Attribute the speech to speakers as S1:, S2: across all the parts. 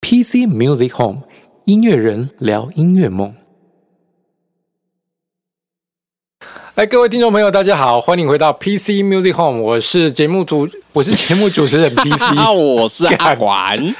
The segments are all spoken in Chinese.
S1: PC Music Home 音乐人聊音乐梦。哎，各位听众朋友，大家好，欢迎回到 PC Music Home，我是节目主， 我是节目主持 人 PC，
S2: 我是阿管，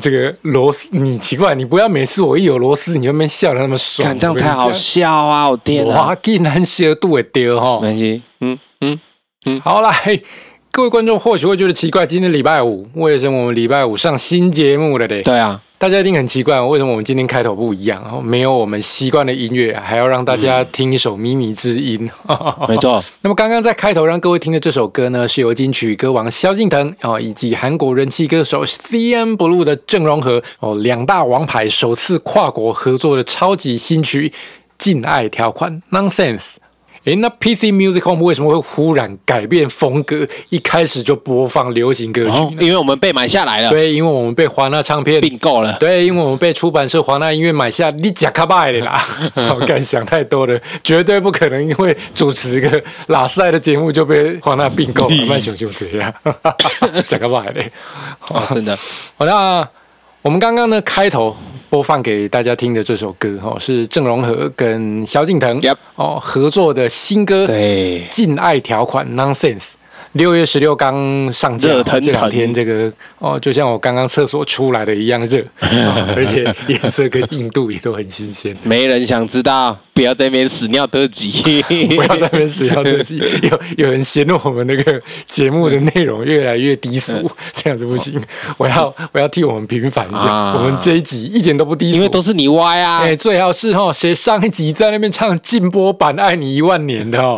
S1: 这个螺丝，你奇怪，你不要每次我一有螺丝，你就那边笑的那么爽，
S2: 看这样才好笑啊！我天啊，
S1: 哇，竟然斜度也丢哈
S2: 没。关系，嗯嗯，
S1: 哦好啦，嘿各位观众或许会觉得奇怪，今天礼拜五，为什么我们礼拜五上新节目了嘞？
S2: 对啊，
S1: 大家一定很奇怪，为什么我们今天开头不一样？哦没有我们习惯的音乐，还要让大家听一首靡靡之音。
S2: 没错，
S1: 那么刚刚在开头让各位听的这首歌呢，是由金曲歌王萧敬腾哦，以及韩国人气歌手 CN Blue 的郑容和哦，两大王牌首次跨国合作的超级新曲《禁爱条款》（Nonsense）。诶，那 PC Music Home 为什么会忽然改变风格，一开始就播放流行歌
S2: 然
S1: 曲
S2: 后
S1: 呢？
S2: 哦因为我们被买下来了，
S1: 对，因为我们被华纳唱片
S2: 并购了，
S1: 对，因为我们被出版社华纳音乐买下，你假卡拜的啦！好，敢想太多了，绝对不可能因为主持一个拉塞的节目就被华纳并购了，慢熊熊这样， 假卡拜的。
S2: 哦 真的，
S1: 好，那我们刚刚呢开头播放给大家听的这首歌哦，是郑容和跟萧敬腾
S2: Yep
S1: 哦合作的新歌《
S2: 对，
S1: 禁爱条款》（Nonsense）。六月十六刚上架，
S2: 热腾腾
S1: 这两天这个哦，就像我刚刚厕所出来的一样热，哦 而且颜色跟硬度也都很新鲜。
S2: 没人想知道，不要在那边屎尿得急，
S1: 不要在那边使用这 己，有有人嫌我们那个节目的内容越来越低
S2: 呃
S1: 俗，这样子不行。我要我要替我们平反一下，
S2: 啊
S1: 我们这一集一点都不低俗，
S2: 因为都是你歪啊
S1: 哎、，最好是哈，谁上一集在那边唱禁播版《爱你一万年》的 哦，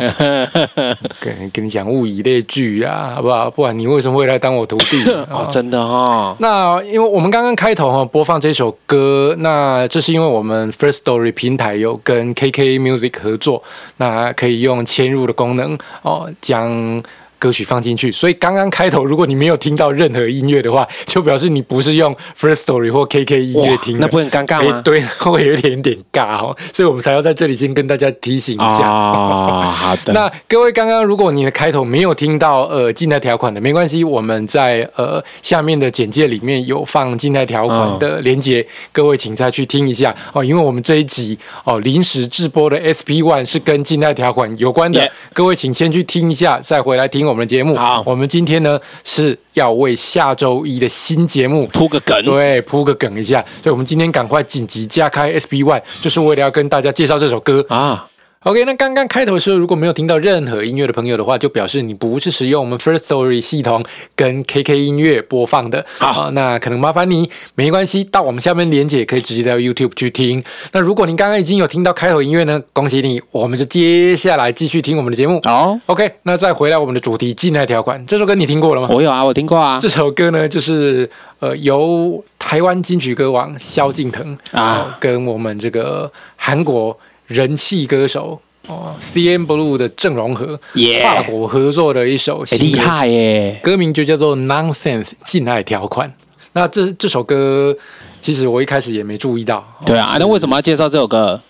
S1: 跟跟你讲物以类聚啊，好不好？不然你为什么会来当我徒 弟？
S2: 哦，真的哦，
S1: 那因为我们刚刚开头哈播放这首歌，那这是因为我们 First Story 平台有跟 KK Music 合作，那可以用嵌入的功能哦，将歌曲放进去。所以刚刚开头，如果你没有听到任何音乐的话，就表示你不是用 First Story 或 KK 音乐
S2: 哇
S1: 听的，
S2: 那不很尴尬
S1: 哎
S2: 吗？
S1: 对， 会有一点点尬哦，所以我们才要在这里先跟大家提醒一下。
S2: 啊，好的，
S1: 那各位，刚刚如果你的开头没有听到呃禁贷条款的，没关系，我们在呃下面的简介里面有放禁贷条款的连接，各位请再去听一下哦，因为我们这一集哦临时制播的 SP One 是跟禁贷条款有关的
S2: Yeah
S1: 各位请先去听一下，再回来听我们的节目。
S2: 好
S1: 我们今天呢是要为下周一的新节目
S2: 铺个梗，
S1: 对，铺个梗一下，所以我们今天赶快紧急加开 SB One，就是为了要跟大家介绍这首歌。
S2: 啊，
S1: OK，那刚刚开头的时候，如果没有听到任何音乐的朋友的话，就表示你不是使用我们 First Story 系统跟 KK 音乐播放的。
S2: 好
S1: 啊那可能麻烦你，没关系，到我们下面连接可以直接到 YouTube 去听。那如果您刚刚已经有听到开头音乐呢，恭喜你，我们就接下来继续听我们的节目。
S2: 哦，
S1: OK，那再回来我们的主题《禁爱条款》这首歌，你听过了吗？
S2: 我有啊，我听过啊，
S1: 这首歌呢，就是呃由台湾金曲歌王萧敬腾啊、
S2: 啊
S1: 呃跟我们这个韩国人气歌手哦、C N Blue 的郑容和
S2: 耶
S1: 跨国合作的一首
S2: 哎
S1: 新
S2: 厉
S1: 歌，
S2: 害耶，
S1: 歌名就叫做《Nonsense 禁爱条款》。那这这首歌，其实我一开始也没注意到，哦
S2: 对啊，那为什么要介绍这首歌？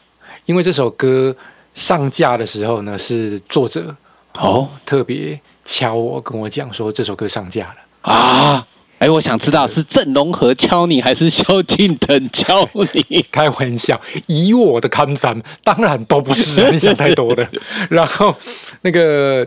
S1: 因为这首歌上架的时候呢，是作者
S2: 哦
S1: 特别敲我跟我讲说这首歌上架了。？
S2: 啊，哎，我想知道是郑容和敲你，还是萧敬腾敲你
S1: 开玩笑，以我的看山，当然都不是、啊，你想太多了。然后那个，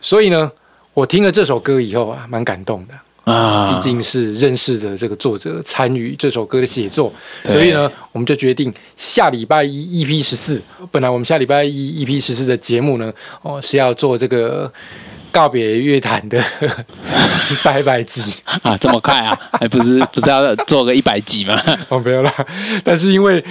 S1: 所以呢，我听了这首歌以后啊，蛮感动的，毕
S2: 啊，
S1: 竟是认识的这个作者参与这首歌的写作，所以呢，我们就决定下礼拜一 EP 十四，本来我们下礼拜一 EP 十四的节目呢，哦是要做这个告别乐坛的 拜拜集。
S2: 啊，这么快 啊？还不是不是要做个一百集吗？
S1: 哦，没有啦。但是因为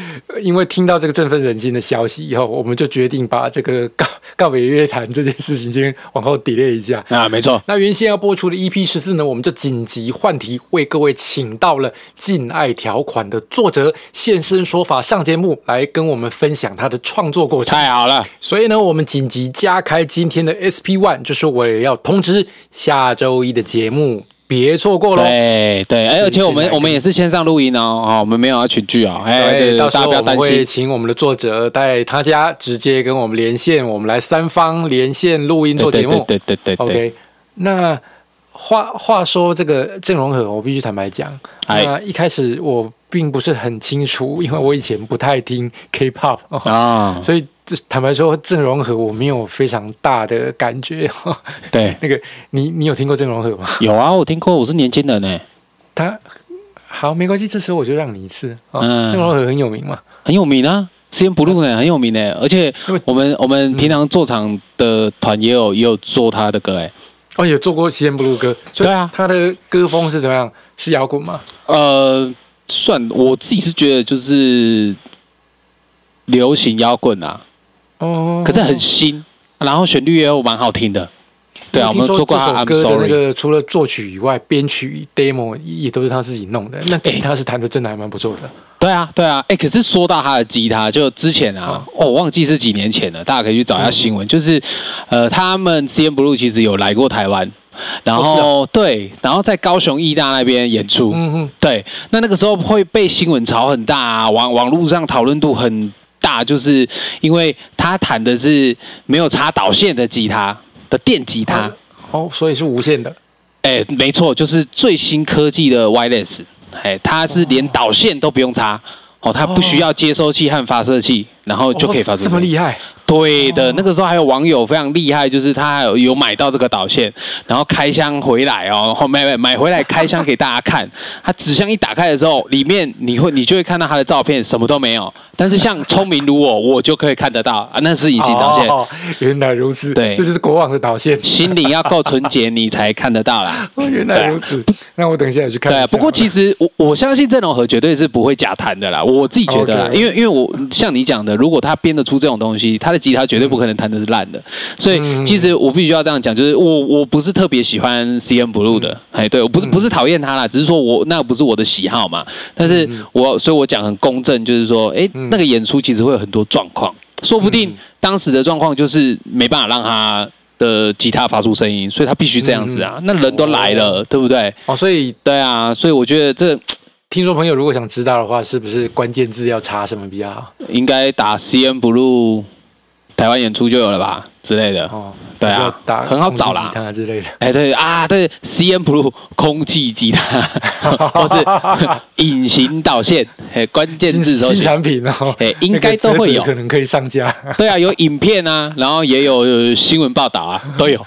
S1: 因为听到这个振奋人心的消息以后，我们就决定把这个告告别乐坛这件事情先往后 delay 一下。
S2: 啊，没错，
S1: 那原先要播出的 EP 十四呢，我们就紧急换题，为各位请到了《禁爱条款》的作者现身说法上节目，来跟我们分享他的创作过程。
S2: 太好了，
S1: 所以呢，我们紧急加开今天的 SP One，就是为了要通知下周一的节目，别错过喽。
S2: 对对，哎，而且我
S1: 现在
S2: 们
S1: 可以
S2: 我们也是线上录音哦，哦，我们没有要群聚哦，哎，对
S1: 对，
S2: 对
S1: 到时
S2: 大
S1: 候
S2: 家不
S1: 我
S2: 要
S1: 们
S2: 担
S1: 会
S2: 心，
S1: 请我们的作者在他家直接跟我们连线，我们来三方连线录音做节目。
S2: 对对对对对对
S1: OK，那话话说这个郑容和，我必须坦白讲，
S2: 哎
S1: 那一开始我并不是很清楚，因为我以前不太听 K-pop，、哦
S2: 啊，
S1: 所以这坦白说郑容和我没有非常大的感觉。 哦
S2: 对，
S1: 那个你你有听过郑容和吗？
S2: 有啊，我听过，我是年轻人呢，
S1: 他好没关系，这时候我就让你一次。哦
S2: 嗯
S1: 郑容和很有名嘛，
S2: 很有名啊。c n Blue 呢很有名呢，而且
S1: 因为
S2: 我们我们平常做场的团也有也有做他的歌哎，
S1: 哦有做过西安布鲁歌，所以
S2: 对啊
S1: 他的歌风是怎么样？是摇滚吗？
S2: 呃，算我自己是觉得就是流行摇滚啊，
S1: 哦，
S2: 可是很新，然后旋律也有蛮好听的。对啊，我
S1: 因为听
S2: 们
S1: 说
S2: 做过
S1: 这
S2: 他
S1: 首
S2: I'm
S1: 歌的那
S2: Sorry，
S1: 个除了作曲以外，编曲 demo 也都是他自己弄的。那吉他是弹的真的还蛮不错的。
S2: 对啊，对啊，哎，可是说到他的吉他，就之前啊，
S1: 嗯
S2: 哦，我忘记是几年前了，大家可以去找一下新闻，就是呃，他们 CN Blue 其实有来过台湾，然
S1: 哦是啊
S2: 后、对，然后在高雄艺大那边演出，
S1: 嗯哼，
S2: 对，那那个时候会被新闻炒很大、啊，网网络上讨论度很大，就是因为他弹的是没有插导线的吉他的电吉他，
S1: 哦，所以是无线的。
S2: 哎、没错，就是最新科技的 wireless，哎，它是连
S1: 哦
S2: 导线都不用插。哦，它不需要接收器和发射器，然后就可以发
S1: 哦
S2: 出
S1: 这
S2: 声
S1: 么
S2: 音。
S1: 厉害，
S2: 对的，那个时候还有网友非常厉害，就是他还有有买到这个导线，然后开箱回来哦，后买买买回来开箱给大家看。 他纸箱一打开的时候，里面你会你就会看到他的照片，什么都没有。但是像聪明如我，我就可以看得到啊，那是隐形导线。
S1: 哦，原来如此，
S2: 对
S1: 这就是国王的导线。
S2: 心灵要够纯洁，你才看得到啦。
S1: 哦原来如此，那我等一下也去看一
S2: 啊对
S1: 下。
S2: 啊，不过其实我我相信郑容和绝对是不会假弹的啦，我自己觉得啦
S1: OK
S2: 因为因为我像你讲的，如果他编得出这种东西，他的吉他绝对不可能弹的是烂的，所以
S1: 嗯
S2: 其实我必须要这样讲，就是我我不是特别喜欢 C N Blue 的，
S1: 嗯
S2: 哎，对我不是不是讨厌他啦，只是说我那不是我的喜好嘛，但是
S1: 嗯
S2: 我所以我讲很公正，就是说，哎，那个演出其实会有很多状况，说不
S1: 嗯
S2: 定当时的状况就是没办法让他。的吉他发出声音，所以他必须这样子啊。那人都来了，对不对？
S1: 嗯哦，所以
S2: 对啊，所以我觉得这
S1: 听众朋友如果想知道的话，是不是关键字要查什么比较好？
S2: 应该打 CN Blue 台湾演出就有了吧之类的。
S1: 哦，
S2: 对啊
S1: 还是要打
S2: 很好找啦
S1: 控制吉他之类的。
S2: 哎，对啊，对，CN Blue 空气 吉他，或是隐形导线，哎，关键
S1: 新
S2: 字
S1: 新
S2: 都
S1: 产品哦，
S2: 哎应该都会
S1: 那个折
S2: 有
S1: 纸可能可以上架。
S2: 对啊，有影片啊，然后也有有新闻报道啊，都 有。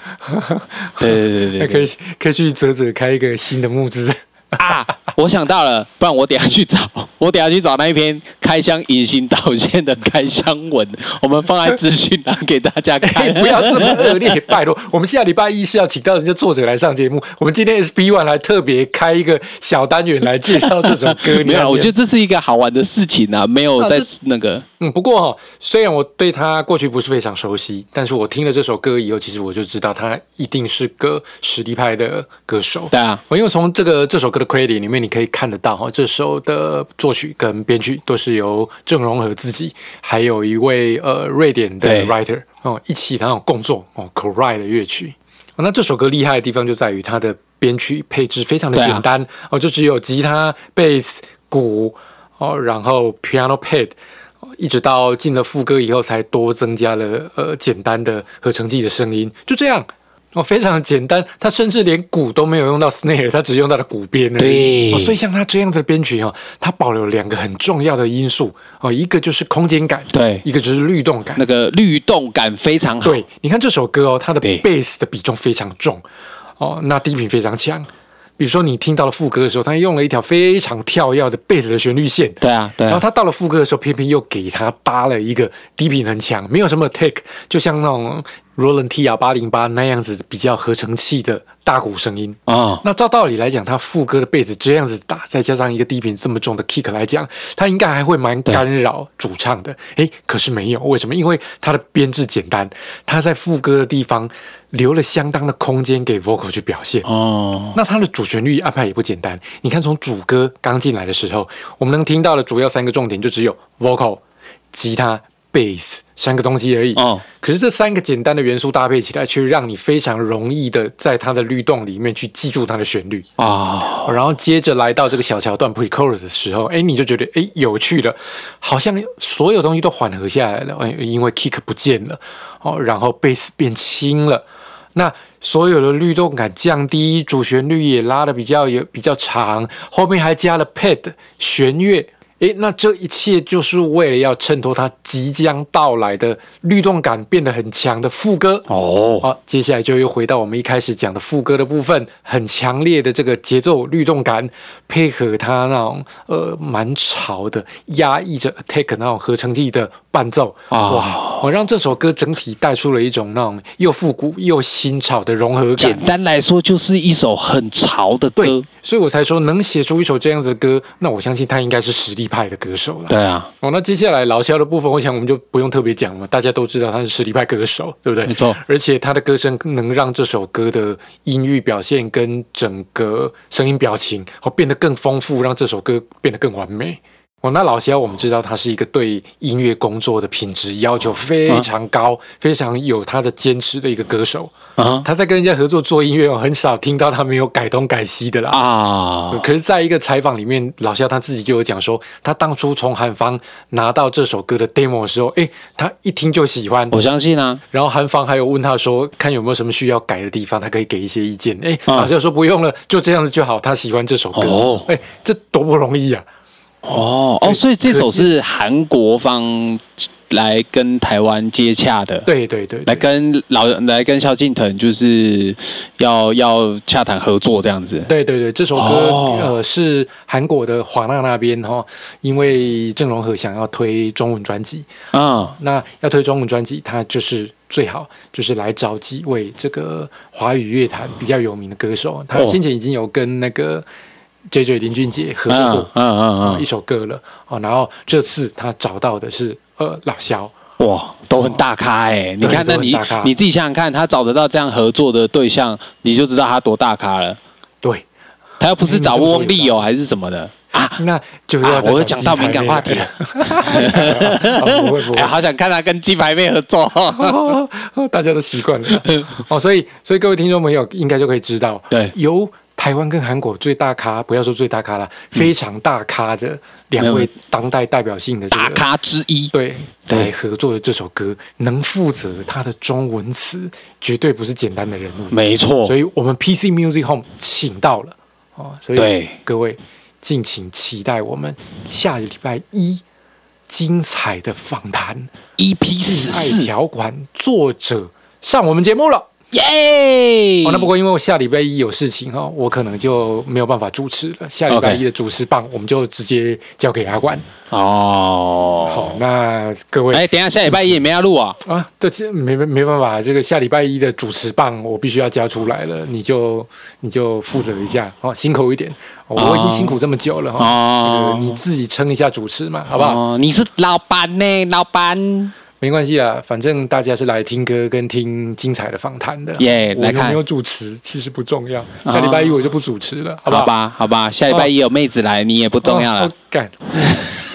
S2: 对对对对
S1: 那
S2: 对
S1: 可以可以去泽泽开一个新的募 资。
S2: 啊，我想到了，不然我等一下去找， 我等一下去找那一篇开箱隐形导线的开箱文，我们放在资讯栏给大家看。
S1: 哎不要这么恶 劣，拜托！我们下礼拜一是要请到人家作者来上节目，我们今天 SB One 来特别开一个小单元来介绍这首 歌。
S2: 没有啦，啊我觉得
S1: 得
S2: 这是一个好玩的事情啊，没有在那个
S1: 嗯，不过哈、虽然我对他过去不是非常熟悉，但是我听了这首歌以后，其实我就知道他一定是个实力派的歌手。
S2: 对啊，
S1: 哦我因为从这个这首歌的 credit 里面，你可以看得到哈，这首的作曲跟编曲都是由郑容和自己，还有一位呃瑞典的
S2: 对
S1: writer 哦一起然后共作哦 c o r i 的乐曲、哦那这首歌厉害的地方就在于它的编曲配置非常的
S2: 对啊
S1: 简单、哦，就只有吉他、贝斯、鼓哦，然后 piano pad。哦一直到进了副歌以后，才多增加了呃简单的合成器的声音，就这样，哦，非常简单，他甚至连鼓都没有用到 snare，他只用到了鼓边而已。
S2: 对
S1: 哦所以像他这样子的编曲哦，它保留两个很重要的因素哦，一个就是空间感，
S2: 对
S1: 一个就是律动感。
S2: 那个律动感非常好，
S1: 对，你看这首歌哦，它的
S2: 对
S1: bass 的比重非常重哦，那低频非常强。比如说你听到了副歌的时候，它用了一条非常跳跃的 bass 的旋律线，
S2: 对啊，对
S1: 然后
S2: 啊，
S1: 他到了副歌的时候，偏偏又给他搭了一个低频很强，没有什么 take，就像那种 Roland T R 八零八那样子比较合成器的大鼓声音。
S2: 哦，
S1: 那照道理来讲，他副歌的贝斯这样子打，再加上一个低频这么重的 kick 来讲，他应该还会蛮干扰主唱的。诶，可是没有，为什么？因为他的编制简单，他在副歌的地方留了相当的空间给 vocal 去表现。
S2: 哦，
S1: 那它的主旋律安排也不简单。你看，从主歌刚进来的时候，我们能听到的主要三个重点就只有 vocal、吉他、bass 三个东西而已。
S2: 哦，
S1: 可是这三个简单的元素搭配起来，却让你非常容易的在它的律动里面去记住它的旋律。
S2: 啊，
S1: 然后接着来到这个小桥段 pre-chorus 的时候，哎，你就觉得哎有趣了，好像所有东西都缓和下来了，哎，因为 kick 不见了，哦，然后 bass 变轻了。那所有的律动感降低，主旋律也拉的比较有比较长，后面还加了 pad 弦乐。诶，那这一切就是为了要衬托它即将到来的律动感变得很强的副歌。
S2: 哦，
S1: 好，接下来就又回到我们一开始讲的副歌的部分，很强烈的这个节奏律动感，配合它那种呃蛮潮的压抑着 attack 那种合成器的伴奏，
S2: 啊
S1: 哇，我让这首歌整体带出了一种那种又复古又新潮的融合
S2: 简
S1: 感。
S2: 单来说就是一首很潮的歌
S1: 对。，所以我才说能写出一首这样子的歌，那我相信他应该是实力派的歌手了。
S2: 对啊，
S1: 哦，那接下来老萧的部分，我想我们就不用特别讲了，大家都知道他是实力派歌手，对不对？
S2: 没错。
S1: 而且他的歌声能让这首歌的音域表现跟整个声音表情哦变得更丰富，让这首歌变得更完美。哦，那老萧我们知道他是一个对音乐工作的品质要求非常高、非常有他的坚持的一个歌手。
S2: 啊
S1: 他在跟人家合作做音乐，我很少听到他没有改东改西的啦。
S2: 啊，
S1: 可是，在一个采访里面，老肖他自己就有讲说，他当初从韩方拿到这首歌的 demo 的时候，诶，他一听就喜欢。
S2: 我相信啊，
S1: 然后韩方还有问他说，看有没有什么需要改的地方，他可以给一些意见。诶，
S2: 啊
S1: 老肖说不用了，就这样子就好。他喜欢这首歌，
S2: 哦
S1: 诶，这多不容易啊呀、
S2: 哦哦，所以这首是韩国方来跟台湾接洽的，
S1: 对对对对
S2: 来跟老来跟萧敬腾就是要要洽谈合作这样子。
S1: 对对对，这首歌、
S2: 哦
S1: 呃是韩国的华纳那边哈、哦，因为郑容和想要推中文专辑，
S2: 啊
S1: 那要推中文专辑，他就是最好就是来找几位这个华语乐坛比较有名的歌手。
S2: 哦
S1: 他先前已经有跟那个 J J 林俊杰合
S2: 嗯
S1: 作
S2: 嗯
S1: 过、
S2: 嗯
S1: 一首歌了哦，然后这次他找到的是呃老萧，
S2: 嗯，哇，都很大咖哎！你看，
S1: 都
S2: 那
S1: 很
S2: 你
S1: 大咖
S2: 你自己想想看，他找得到这样合作的对象，你就知道他多大咖了。
S1: 对，
S2: 他又不是找
S1: 嗯这么说
S2: 翁立友还是什么的啊
S1: 那就要
S2: 啊！
S1: 再
S2: 我又讲到敏感话题了，
S1: 哦不会不
S2: 哎，
S1: 会，
S2: 好想看他跟鸡排妹合作。
S1: 啊大家都习惯 了哦，所以所以各位听众朋友应该就可以知道，
S2: 对，
S1: 由台湾跟韩国最大咖，不要说最大咖了，
S2: 嗯
S1: 非常大咖的两
S2: 没
S1: 位
S2: 有
S1: 当代代表性的这
S2: 大
S1: 个
S2: 咖之一。
S1: 对
S2: 对
S1: 来合作的这首歌，能负责他的中文词，绝对不是简单的人物。
S2: 没错
S1: 所，以我们 PC Music Home 请到了哦，所以
S2: 对
S1: 各位敬请期待我们下个礼拜一精彩的访谈
S2: ，EP
S1: 《
S2: 十
S1: 性爱
S2: E 四，
S1: 条款》作者上我们节目了。
S2: 嗯耶！
S1: 哦，那不过因为我下礼拜一有事情哈、哦，我可能就没有办法主持了。下礼拜
S2: OK
S1: 一的主持棒我们就直接交给阿冠。好
S2: 哦，，
S1: 那各位
S2: 哎，等一下，下礼拜一也没要录啊。
S1: 啊，对，这没没没办法，这个下礼拜一的主持棒我必须要交出来了，你就你就负责一下哦，辛苦一点，哦
S2: 哦
S1: 我已经辛苦这么久了哈、
S2: 哦
S1: 那个你自己撑一下主持嘛，好不好？
S2: 哦，你是老板呢，老板。
S1: 没关系啦，反正大家是来听歌跟听精彩的访谈的，
S2: 耶
S1: 我
S2: 来
S1: 有
S2: 看啊
S1: 没有主持其实不重要，下礼拜一我就不主持了，好不好？
S2: 好吧，好吧，下礼拜一有妹子来，你也不
S1: 哦，
S2: 重要了
S1: 我，干，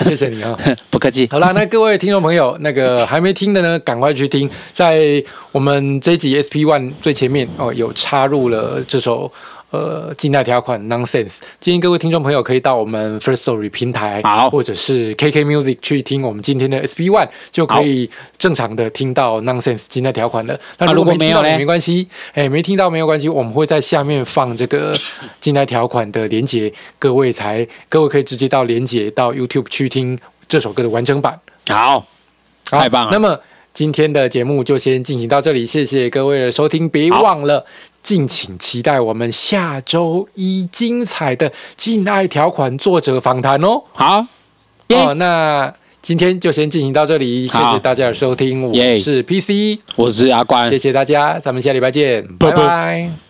S1: 谢谢你啊、
S2: 不客气。
S1: 好啦，那各位听众朋友， 那个还没听的呢，赶快去听。在我们这一集 SP One 最前面哦，有插入了这首呃近代条款 Nonsense。建议各位听众朋友可以到我们 First Story 平台，
S2: 好
S1: 或者是 KK Music 去听我们今天的 SP One，就可以正常的听到 Nonsense 近代条款了。那
S2: 啊
S1: 如
S2: 如
S1: 果
S2: 果
S1: 没听到
S2: 没有
S1: 也
S2: 嘞
S1: 没关系，哎，没听到没有关系，我们会在下面放这个近代条款的连接，各位才各位可以直接到连接到 YouTube 去听这首歌的完整版。
S2: 好，
S1: 好
S2: 太棒了
S1: 那么今天的节目就先进行到这里，谢谢各位的收听，别忘了敬请期待我们下周一精彩的《禁爱条款》作者访谈哦。
S2: 好，
S1: 哦，
S2: 耶！
S1: 那今天就先进行到这里，谢谢
S2: 好
S1: 大家的收听，我
S2: 耶哎
S1: 是 PC，
S2: 我是阿关
S1: 谢，谢大家，咱们下礼拜见，
S2: 拜
S1: 拜拜